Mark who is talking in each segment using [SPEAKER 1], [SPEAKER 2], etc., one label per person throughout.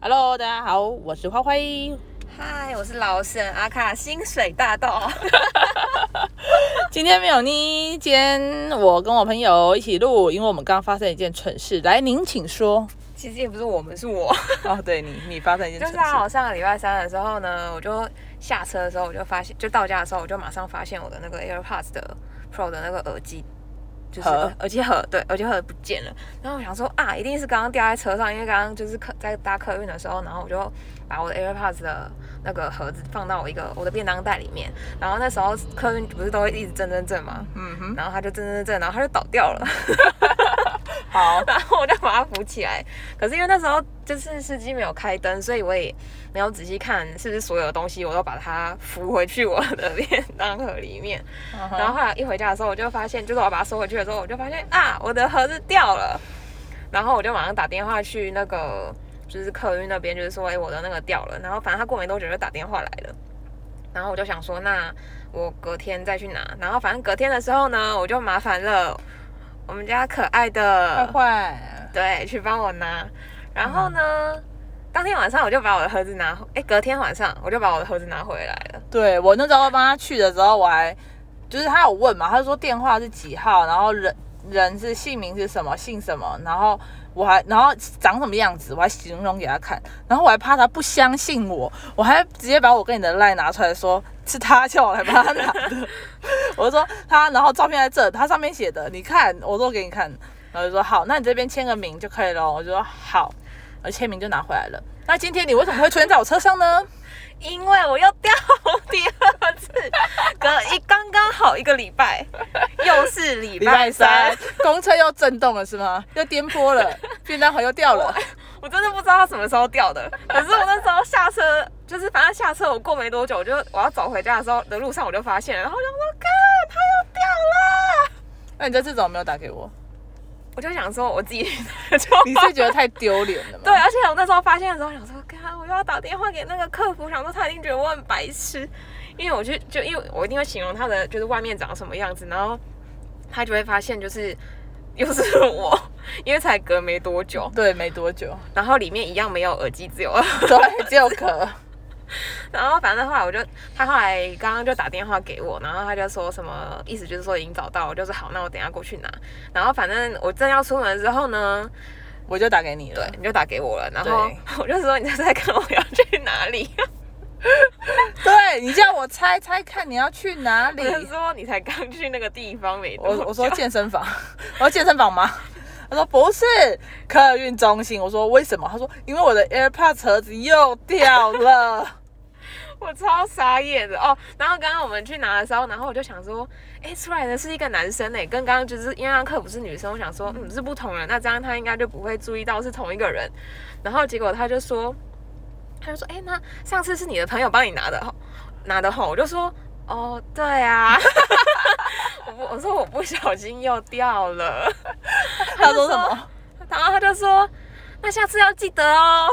[SPEAKER 1] Hello，大家好，我是花花。
[SPEAKER 2] 嗨，我是老沈阿卡，薪水大道。
[SPEAKER 1] 今天没有妮，今天我跟我朋友一起录，因为我们刚发生一件蠢事。来，您请说。
[SPEAKER 2] 其实也不是我们，是我。
[SPEAKER 1] 哦，对你，你发生一件
[SPEAKER 2] 就
[SPEAKER 1] 蠢
[SPEAKER 2] 是啊，
[SPEAKER 1] 事。
[SPEAKER 2] 我上个礼拜三的时候呢，我就下车的时候，我就发现，就到家的时候，我就马上发现我的那个 AirPods 的 Pro 的那个耳机。就是
[SPEAKER 1] 盒
[SPEAKER 2] 耳耳机盒，对，耳机盒不见了。然后我想说啊，一定是刚刚掉在车上，因为刚刚就是客在搭客运的时候，然后我就把我的 AirPods 的那个盒子放到我一个我的便当袋里面。然后那时候客运不是都会一直震震震嘛，
[SPEAKER 1] 嗯哼，
[SPEAKER 2] 然后它就震震震，然后它就倒掉了。
[SPEAKER 1] 好，
[SPEAKER 2] 然后我就把它扶起来。可是因为那时候就是司机没有开灯，所以我也没有仔细看是不是所有的东西我都把它扶回去我的便当盒里面。然
[SPEAKER 1] 然
[SPEAKER 2] 后后来一回家的时候，我就发现，就是我把它收回去的时候，我就发现啊，我的盒子掉了。然后我就马上打电话去那个就是客运那边，就是说，哎、我的那个掉了。然后反正他过没多久就打电话来了。然后我就想说，那我隔天再去拿。然后反正隔天的时候呢，我就麻烦了我们家可爱的
[SPEAKER 1] 坏坏，
[SPEAKER 2] 对，去帮我拿。然后呢，
[SPEAKER 1] 嗯
[SPEAKER 2] 当天晚上我就把我的盒子拿，哎，隔天晚上我就把我的盒子拿回来了。
[SPEAKER 1] 对我那时候帮他去的时候，我还就是他有问嘛，他说电话是几号，然后人人是姓名是什么，姓什么，然后我还然后长什么样子，我还形容给他看，然后我还怕他不相信我，我还直接把我跟你的赖拿出来说是他叫我来帮他拿的，我就说他，然后照片在这，他上面写的，你看，我说给你看，然后就说好，那你这边签个名就可以了，我就说好，而签名就拿回来了。那今天你为什么会出现在我车上呢？
[SPEAKER 2] 因为我又掉第二次，隔一刚刚好一个礼拜，又是礼
[SPEAKER 1] 礼拜
[SPEAKER 2] 拜
[SPEAKER 1] 三
[SPEAKER 2] 三，，
[SPEAKER 1] 公车又震动了是吗？又颠簸了，便当盒又掉了。
[SPEAKER 2] 我真的不知道它什么时候掉的。可是我那时候下车，就是反正下车我过没多久，我就我要走回家的时候的路上我就发现了，然后我就说，看它又掉了，
[SPEAKER 1] 那你这次怎么没有打给我？
[SPEAKER 2] 我就想说我自己就
[SPEAKER 1] 你是觉得太丢脸了吗？
[SPEAKER 2] 对，，而且我那时候发现的时候，想说，看，我又要打电话给那个客服，想说他一定觉得我很白痴，因为我就就因为我一定会形容他的就是外面长什么样子，然后他就会发现就是又是我，因为才隔没多久，
[SPEAKER 1] 对，没多久，
[SPEAKER 2] 然后里面一样没有耳机， 只有，
[SPEAKER 1] 对，只有壳。
[SPEAKER 2] 然后反正后来我就他后来刚刚就打电话给我，然后他就说什么意思就是说已经找到了，我就说好，那我等一下过去拿，然后反正我正要出门之后呢，
[SPEAKER 1] 我就打给你了
[SPEAKER 2] 对，，你就打给我了，然后
[SPEAKER 1] 对
[SPEAKER 2] 我就说你在看我要去哪里。
[SPEAKER 1] 对你叫我猜猜看你要去哪里
[SPEAKER 2] 我？就说你才刚去那个地方没多
[SPEAKER 1] 我
[SPEAKER 2] 久
[SPEAKER 1] 我说健身房，我说健身房吗？他说不是客运中心，我说为什么？他说因为我的 AirPods 盒子又掉了，
[SPEAKER 2] 我超傻眼的哦。然后刚刚我们去拿的时候，然后我就想说，哎，出来的是一个男生哎，跟刚刚就是因为让客服是女生，我想说，嗯，是不同人，那这样他应该就不会注意到是同一个人。然后结果他就说，他就说，哎，那上次是你的朋友帮你拿的吼，拿的吼，我就说，哦，对啊。 我不我说我不小心又掉了，
[SPEAKER 1] 他说什么？
[SPEAKER 2] 然后他就说，那下次要记得哦。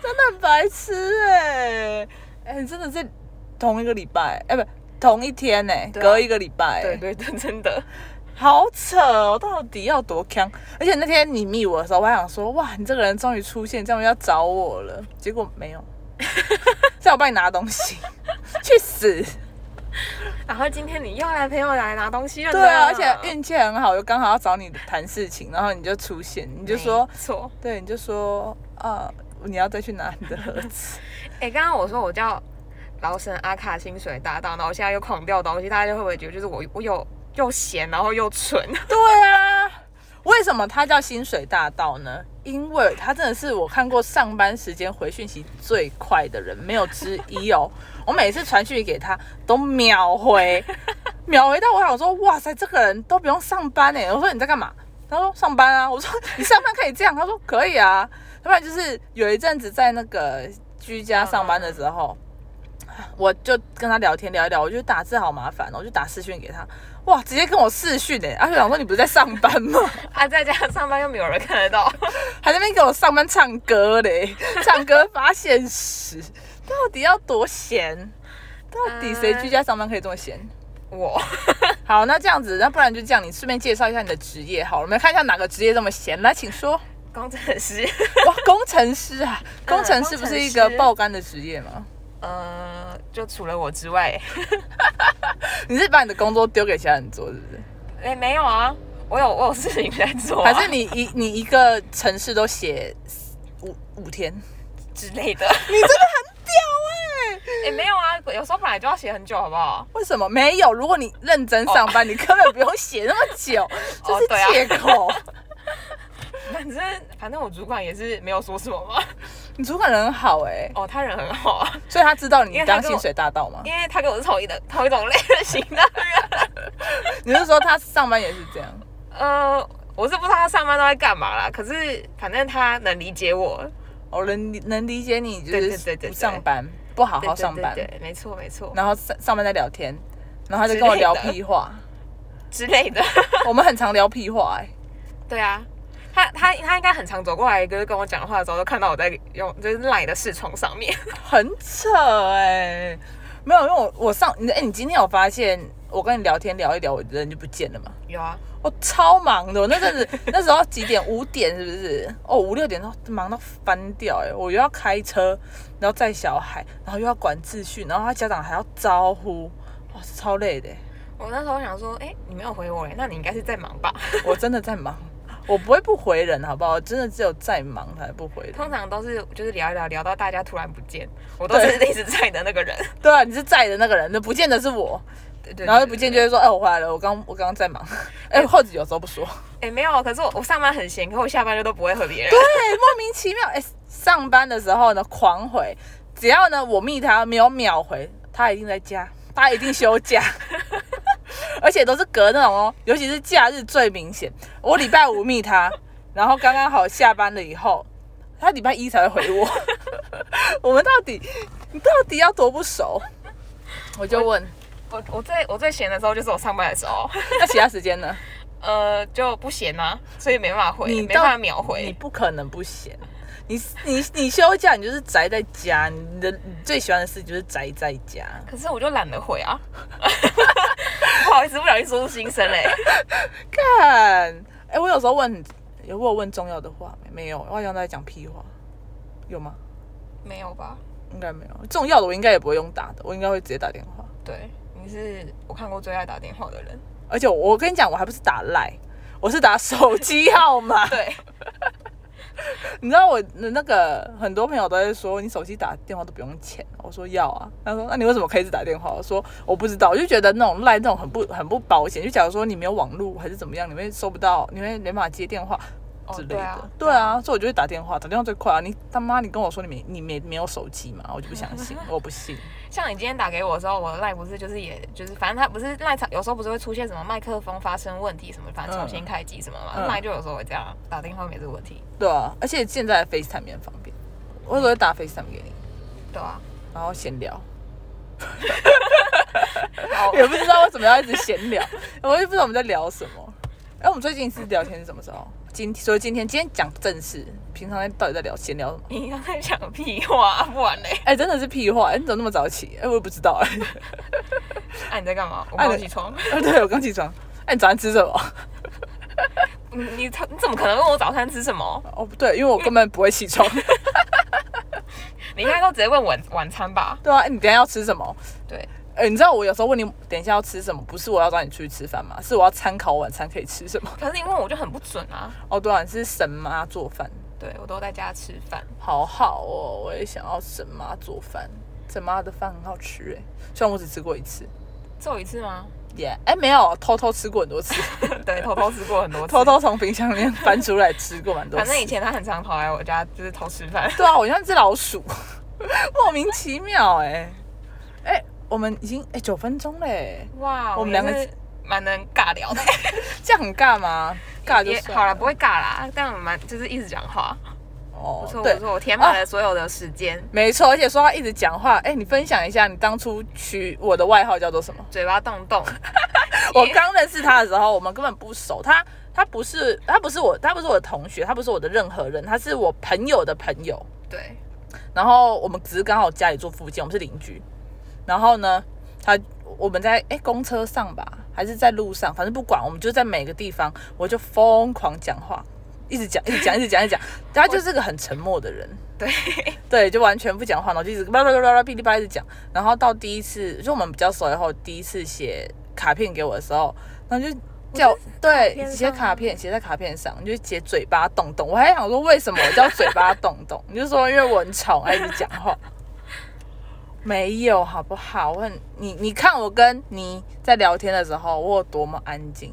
[SPEAKER 1] 真的很白痴哎、哎、你真的是同一个礼拜哎、不同一天呢、
[SPEAKER 2] 对啊
[SPEAKER 1] 隔一个礼拜、
[SPEAKER 2] 对，对对，真的。
[SPEAKER 1] 好扯哦，到底要多强？而且那天你密我的时候，我还想说哇，你这个人终于出现，终于要找我了，结果没 有，叫我帮你拿东西，去死！
[SPEAKER 2] 然后今天你又来陪我来拿东西了呢，
[SPEAKER 1] 对啊，而且运气很好，又刚好要找你谈事情，然后你就出现，你就说
[SPEAKER 2] 没，错。
[SPEAKER 1] 对，你就说啊，你要再去拿你的盒子，
[SPEAKER 2] 哎、刚刚我说我叫劳神阿卡薪水搭档，然后我现在又狂掉东西，大家就会不会觉得就是我我有又闲，然后又蠢？
[SPEAKER 1] 对啊，为什么它叫薪水大盗呢？因为他真的是我看过上班时间回讯息最快的人，没有之一哦。 我每次传讯息给他都秒回， 秒回到我想说，哇塞，这个人都不用上班哎。我说你在干嘛？他说上班啊。我说你上班可以这样？他说可以啊。要不然就是有一阵子在那个居家上班的时候，我就跟他聊天聊一聊，我就打字好麻烦哦，我就打视讯给他，哇，直接跟我视讯哎、而且想说你不是在上班 吗？
[SPEAKER 2] 啊，在家上班又没有人看得到，
[SPEAKER 1] 还在那边给我上班唱歌嘞， 唱歌发现实，到底要多闲？到底谁居家上班可以这么闲？
[SPEAKER 2] 我呃
[SPEAKER 1] 好，那这样子，那不然就这样，你顺便介绍一下你的职业好了，我们看一下哪个职业这么闲。来，请说。
[SPEAKER 2] 工程师，
[SPEAKER 1] 哇，工程师啊，工程师
[SPEAKER 2] 呃工程
[SPEAKER 1] 不是一个
[SPEAKER 2] 师
[SPEAKER 1] 爆肝的职业吗？
[SPEAKER 2] 呃，就除了我之外，
[SPEAKER 1] 你是把你的工作丢给其他人做，是不是？
[SPEAKER 2] 哎、没有啊，我有我有事情在做、啊，
[SPEAKER 1] 还是你一你一个城市都写五五天？
[SPEAKER 2] 之类的。
[SPEAKER 1] 你真的很屌哎、
[SPEAKER 2] 哎、没有啊，有时候本来就要写很久，好不好？
[SPEAKER 1] 为什么没有？如果你认真上班，你根本不用写那么 久，这是
[SPEAKER 2] 哦对啊
[SPEAKER 1] 借 口。
[SPEAKER 2] 反正反正我主管也是没有说什么嘛。
[SPEAKER 1] 你主管人很好哎、
[SPEAKER 2] 哦，他人很好啊，
[SPEAKER 1] 所以他知道你
[SPEAKER 2] 因为他
[SPEAKER 1] 当
[SPEAKER 2] 跟
[SPEAKER 1] 薪
[SPEAKER 2] 我
[SPEAKER 1] 水大盗吗？
[SPEAKER 2] 因为他跟我是同一的同一种类型的 人。
[SPEAKER 1] 你是说他上班也是这样？
[SPEAKER 2] 呃，我是不知道他上班都在干嘛啦，可是反正他能理解我。
[SPEAKER 1] 我哦能理能理解你，就
[SPEAKER 2] 对对
[SPEAKER 1] 是
[SPEAKER 2] 对对对
[SPEAKER 1] 不上班，不好
[SPEAKER 2] 对
[SPEAKER 1] 好上班，
[SPEAKER 2] 对对对，没错没错，
[SPEAKER 1] 然后上上班在聊天，然后他就跟我聊
[SPEAKER 2] 之类的
[SPEAKER 1] 屁话。
[SPEAKER 2] 之类的。
[SPEAKER 1] 我们很常聊屁话哎、
[SPEAKER 2] 对啊，他他他应该很常走过来，就是跟我讲话的时候，都看到我在用就是赖的视窗上面。
[SPEAKER 1] 很扯哎、没有，因为我我上你哎、你今天有发现我跟你聊天聊一聊，我人就不见了吗？
[SPEAKER 2] 有啊，
[SPEAKER 1] 我哦超忙的，我那阵子 那时候几点？五点是不是？哦，五六点都忙到翻掉哎、我又要开车，然后载小孩，然后又要管秩序，然后他家长还要招呼，哇，是超累的欸、
[SPEAKER 2] 我那时候想说，哎、你没有回我哎，那你应该是在忙吧？
[SPEAKER 1] 我真的在忙， 我不会不回人好不好？真的只有在忙才不回人。
[SPEAKER 2] 通常都是就是聊一聊，聊到大家突然不见，我都是一直在的那个人。
[SPEAKER 1] 对啊，你是在的那个人，那不见得是我，
[SPEAKER 2] 对对
[SPEAKER 1] 然后不见就会说，哎、我回来了，我刚我刚刚在忙，哎、或者有时候不说。
[SPEAKER 2] 哎、没有，可是我我上班很闲，可我下班就都不会和别人。
[SPEAKER 1] 对，莫名其妙。哎、上班的时候呢，狂回，只要呢我密他没有秒回，他一定在家，他一定休假，而且都是隔那种哦，尤其是假日最明显。我礼拜五密他，然后刚刚好下班了以后，他礼拜一才会回我。我们到底，你到底要多不熟？我就问，
[SPEAKER 2] 我我最我最闲的时候就是我上班的时候，
[SPEAKER 1] 那其他时间呢？
[SPEAKER 2] 呃，就不闲啊，所以没办法回，
[SPEAKER 1] 你
[SPEAKER 2] 没
[SPEAKER 1] 到
[SPEAKER 2] 办法秒
[SPEAKER 1] 你
[SPEAKER 2] 回。
[SPEAKER 1] 不可能不闲。你你你休假，你就是宅在家，你的你最喜欢的事就是宅在家。
[SPEAKER 2] 可是我就懒得回啊， 不好意思，不小心说出心声嘞。
[SPEAKER 1] 干，哎、我有时候问你，有我有问重要的话没没有？我好像都在讲屁话，有吗？
[SPEAKER 2] 没有吧？
[SPEAKER 1] 应该没有。重要的我应该也不会用打的，我应该会直接打电话。
[SPEAKER 2] 对，你是我看过最爱打电话的人。。
[SPEAKER 1] 而且我我跟你讲，我还不是打赖，我是打手机号码
[SPEAKER 2] 对，
[SPEAKER 1] 你知道我的那个很多朋友都在说，你手机打电话都不用钱。我说要啊，他说那你为什么可以一直打电话？我说我不知道，我就觉得那种赖那种很不很不保险。就假如说你没有网络还是怎么样，你会收不到，你会没办法接电话
[SPEAKER 2] 哦
[SPEAKER 1] 之类的。
[SPEAKER 2] 对啊
[SPEAKER 1] 对啊，所以我就会打电话，打电话最快啊。你他妈你跟我说你没你没没有手机嘛，我就不相 信，我不信。
[SPEAKER 2] 像你今天打给我的时候，我的赖不是就是也就是反正它不是赖，有时候不是会出现什么麦克风发生问题什么，反正重新开机什么嘛，
[SPEAKER 1] 嗯
[SPEAKER 2] 赖、就有时候会这样打电话没这个问题。
[SPEAKER 1] 对啊，而且现在 FaceTime 也很方便，我都会打 FaceTime 给你，
[SPEAKER 2] 对 啊，
[SPEAKER 1] 然后闲聊。
[SPEAKER 2] 好，
[SPEAKER 1] 也不知道为什么要一直闲聊，我也不知道我们在聊什么。哎、我们最近一次聊天是什么时候？今所以今天今天讲正事，平常在到底在聊闲聊什么？
[SPEAKER 2] 你刚才讲屁话，不然嘞？
[SPEAKER 1] 哎、真的是屁话！哎、你怎么那么早起？哎、我也不知道 哎、
[SPEAKER 2] 啊，你在干嘛？我
[SPEAKER 1] 啊
[SPEAKER 2] 刚
[SPEAKER 1] 你
[SPEAKER 2] 起床。
[SPEAKER 1] 啊对，我刚起床。哎、你早上吃什么？
[SPEAKER 2] 你你他你怎么可能问我早餐吃什么？
[SPEAKER 1] 哦，不对，因为我根本不会起床。
[SPEAKER 2] 你应该都直接问晚晚餐吧？
[SPEAKER 1] 对啊，哎你等一下要吃什么？
[SPEAKER 2] 对，
[SPEAKER 1] 哎、你知道我有时候问你等一下要吃什么，不是我要找你出去吃饭吗？是我要参考晚餐可以吃什么。
[SPEAKER 2] 可是你问我就很不准啊。
[SPEAKER 1] 哦，对啊，你是神妈做饭，
[SPEAKER 2] 对我都在家吃饭，
[SPEAKER 1] 好好哦，我也想要神妈做饭。神妈的饭很好吃哎、虽然我只吃过一次。
[SPEAKER 2] 只有一次吗？
[SPEAKER 1] 耶，哎，没有，偷偷吃过很多次，
[SPEAKER 2] 对，偷 偷吃过很多次。
[SPEAKER 1] 偷，偷从冰箱里面翻出来吃过蛮多次。
[SPEAKER 2] 反正以前他很常跑来我家，就是偷吃饭。
[SPEAKER 1] 对啊，我像一只老鼠， 莫名其妙哎、哎、我们已经哎九、分钟嘞，
[SPEAKER 2] 哇，
[SPEAKER 1] 我们两个
[SPEAKER 2] 也是蛮能尬聊 的，
[SPEAKER 1] 这样很尬吗？尬就
[SPEAKER 2] 也
[SPEAKER 1] 算
[SPEAKER 2] 好了，不会尬啦，但我蛮就是一直讲话，
[SPEAKER 1] 哦
[SPEAKER 2] 不错，
[SPEAKER 1] 对
[SPEAKER 2] 不，错，我填满了所有的时间，
[SPEAKER 1] 没错，而且说他一直讲话，哎、你分享一下你当初取我的外号叫做什么？
[SPEAKER 2] 嘴巴动 动，
[SPEAKER 1] 我刚认识他的时候，我们根本不熟，他他不是他不是我他不是我的同学，他不是我的任何人，他是我朋友的朋友。
[SPEAKER 2] 对，
[SPEAKER 1] 然后我们只是刚好家里住附近，我们是邻居。然后呢，他我们在哎公车上吧，还是在路上，反正不管，我们就在每个地方，我就疯狂讲话，一直讲，一直讲，一直讲，一直讲，他就是个很沉默的人。
[SPEAKER 2] 对，
[SPEAKER 1] 对，就完全不讲话，然后就一直叭叭叭叭叭噼里啪啦一直讲。然后到第一次，就我们比较熟以后，第一次写卡片给我的时候，然后就叫对
[SPEAKER 2] 片
[SPEAKER 1] 写
[SPEAKER 2] 上
[SPEAKER 1] 卡片，写在卡片上，你就写嘴巴动动。我还想说为什么我叫嘴巴动动，你就说因为我很吵，爱一直讲 话。没有，好不好？我很你，你看我跟你在聊天的时候，我有多么安静。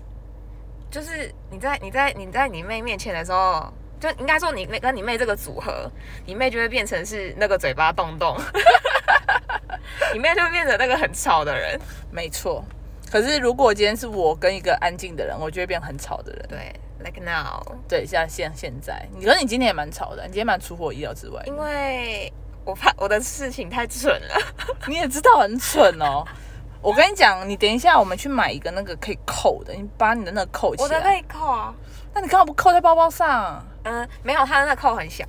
[SPEAKER 2] 就是你在你在你在你妹面前的时候，就应该说你妹跟你妹这个组合，你妹就会变成是那个嘴巴动动，你妹就会变成那个很吵的人。
[SPEAKER 1] 没错，可是如果今天是我跟一个安静的人，我就会变很吵的人。
[SPEAKER 2] 对，like now，
[SPEAKER 1] 对，像现现在，你可是你今天也蛮吵的，你今天蛮出乎我意料之外。
[SPEAKER 2] 因为我怕我的事情太蠢了。
[SPEAKER 1] 你也知道很蠢哦。 我跟你讲，你等一下，我们去买一个那个可以扣的，你把你的那个扣起
[SPEAKER 2] 我的
[SPEAKER 1] 来。
[SPEAKER 2] 内扣 啊，
[SPEAKER 1] 那你干嘛不扣在包包上？
[SPEAKER 2] 嗯，没有，他的那扣很小。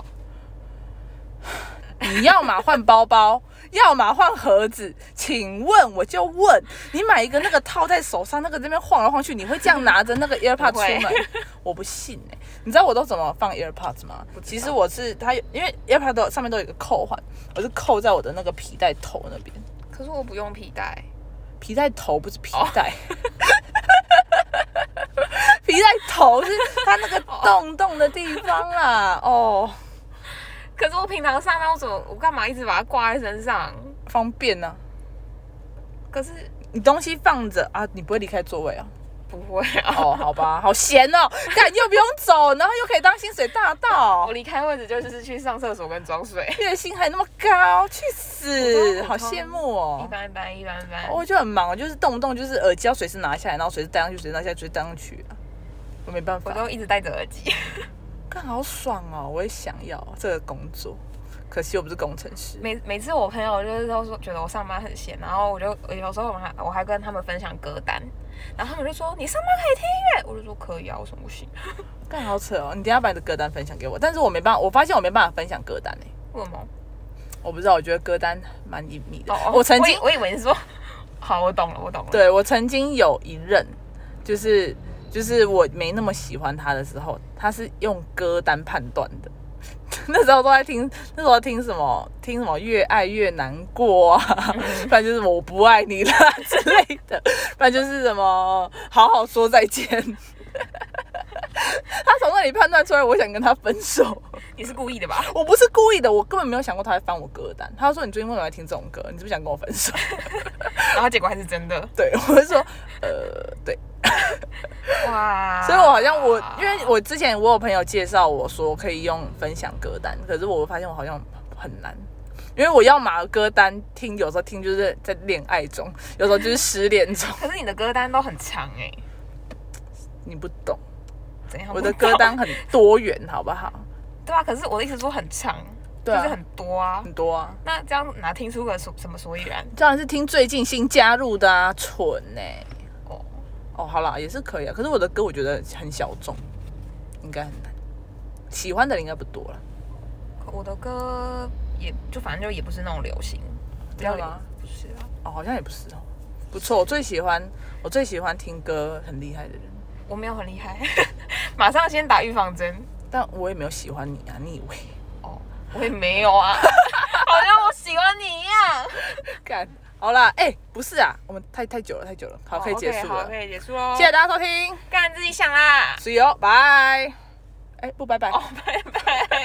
[SPEAKER 1] 你要嘛换包包， 要么换盒子。请问，我就问你，买一个那个套在手上，那个这边晃来晃去，你会这样拿着那个 AirPod
[SPEAKER 2] 不
[SPEAKER 1] 出
[SPEAKER 2] 会
[SPEAKER 1] 门？我不信哎、你知道我都怎么放 AirPods 吗
[SPEAKER 2] 不？知道
[SPEAKER 1] 其实我是它有，因为 AirPod 都有上面都有一个扣环，我是扣在我的那个皮带头那边。
[SPEAKER 2] 可是我不用皮带，
[SPEAKER 1] 皮带头不是皮带， 皮带头是它那个洞洞的地方啦。哦，
[SPEAKER 2] 可是我平常上班我怎么我干嘛一直把它挂在身上？
[SPEAKER 1] 方便呢、
[SPEAKER 2] 可是
[SPEAKER 1] 你东西放着啊，你不会离开座位啊？
[SPEAKER 2] 不会啊，
[SPEAKER 1] 哦，好吧，好闲哦，干又不用走，然后又可以当薪水大盗
[SPEAKER 2] 我，离开位置就是去上厕所跟装水。
[SPEAKER 1] 月薪还那么高，去
[SPEAKER 2] 普
[SPEAKER 1] 死！
[SPEAKER 2] 通
[SPEAKER 1] 好羡慕
[SPEAKER 2] 一
[SPEAKER 1] 哦。
[SPEAKER 2] 般般，一般般。
[SPEAKER 1] 我就很忙，我就是动不动就是耳机要随时拿下来，然后随时戴上去，随时拿下来，随时戴上去、啊。我没办
[SPEAKER 2] 我
[SPEAKER 1] 法，
[SPEAKER 2] 都一直戴着耳机。
[SPEAKER 1] 干好爽哦！我也想要这个工作，可惜我不是工程师。
[SPEAKER 2] 每每次我朋友就是都说觉得我上班很闲，然后我就有时候我还我还跟他们分享歌单，然后他们就说你上班可以听音乐，我就说可以啊，为什么不行？
[SPEAKER 1] 干好扯哦！你等一下把你的歌单分享给我，但是我没办法，我发现我没办法分享歌单诶、
[SPEAKER 2] 为什么？
[SPEAKER 1] 我不知道，我觉得歌单蛮隐秘的。
[SPEAKER 2] 哦，哦
[SPEAKER 1] 我曾经
[SPEAKER 2] 我以我以为你说，好，我懂了，我懂了。
[SPEAKER 1] 对我曾经有一任，就是就是我没那么喜欢他的时候，他是用歌单判断的。 那时候都在听，那时候听什么听什么越爱越难过啊，不然就是我不爱你了 之类的，不然就是什么好好说再见。 他从那里判断出来，我想跟他分手。
[SPEAKER 2] 你是故意的吧？
[SPEAKER 1] 我不是故意的，我根本没有想过他会翻我歌单。他就说你最近为什么在听这种歌？你是不是想跟我分手？
[SPEAKER 2] 然后结果还是真的，
[SPEAKER 1] 对，我就说呃对，
[SPEAKER 2] 哇！
[SPEAKER 1] 所以我好像我因为我之前我有朋友介绍我说可以用分享歌单，可是我发现我好像很难。因为我要嘛歌单听，有时候听就是在恋爱 中，有时候就是失恋中，
[SPEAKER 2] 可是你的歌单都很长哎、
[SPEAKER 1] 你不懂。
[SPEAKER 2] 怎样？
[SPEAKER 1] 我的歌单很多元，好不好？
[SPEAKER 2] 对啊，可是我的意思说很长，
[SPEAKER 1] 对啊
[SPEAKER 2] 就是很多啊。
[SPEAKER 1] 很多啊，
[SPEAKER 2] 那这样哪听出个所什么所以然？
[SPEAKER 1] 当然是听最近新加入的啊，蠢呢、
[SPEAKER 2] 哦，
[SPEAKER 1] 哦，好啦，也是可以啊。可是我的歌我觉得很小众，应该很难，喜欢的人应该不多了。
[SPEAKER 2] 我的歌也就反正就也不是那种流行，比
[SPEAKER 1] 真的
[SPEAKER 2] 较
[SPEAKER 1] 吗
[SPEAKER 2] 不是啊。
[SPEAKER 1] 哦，好像也不是哦，不错。我最喜欢我最喜欢听歌很厉害的人，
[SPEAKER 2] 我没有很厉害， 马上先打预防针。
[SPEAKER 1] 但我也没有喜欢你啊，你以为？
[SPEAKER 2] 哦，我也没有啊，好像我喜欢你一样。
[SPEAKER 1] 干，好啦，哎、不是啊，我们太太久了，太久了，好，可以结束
[SPEAKER 2] 哦好
[SPEAKER 1] 了。
[SPEAKER 2] 可以结束喽。
[SPEAKER 1] 谢谢大家收听
[SPEAKER 2] 干自己想啦。哦
[SPEAKER 1] ，See you，拜。哎，不，拜拜。
[SPEAKER 2] 哦，拜拜。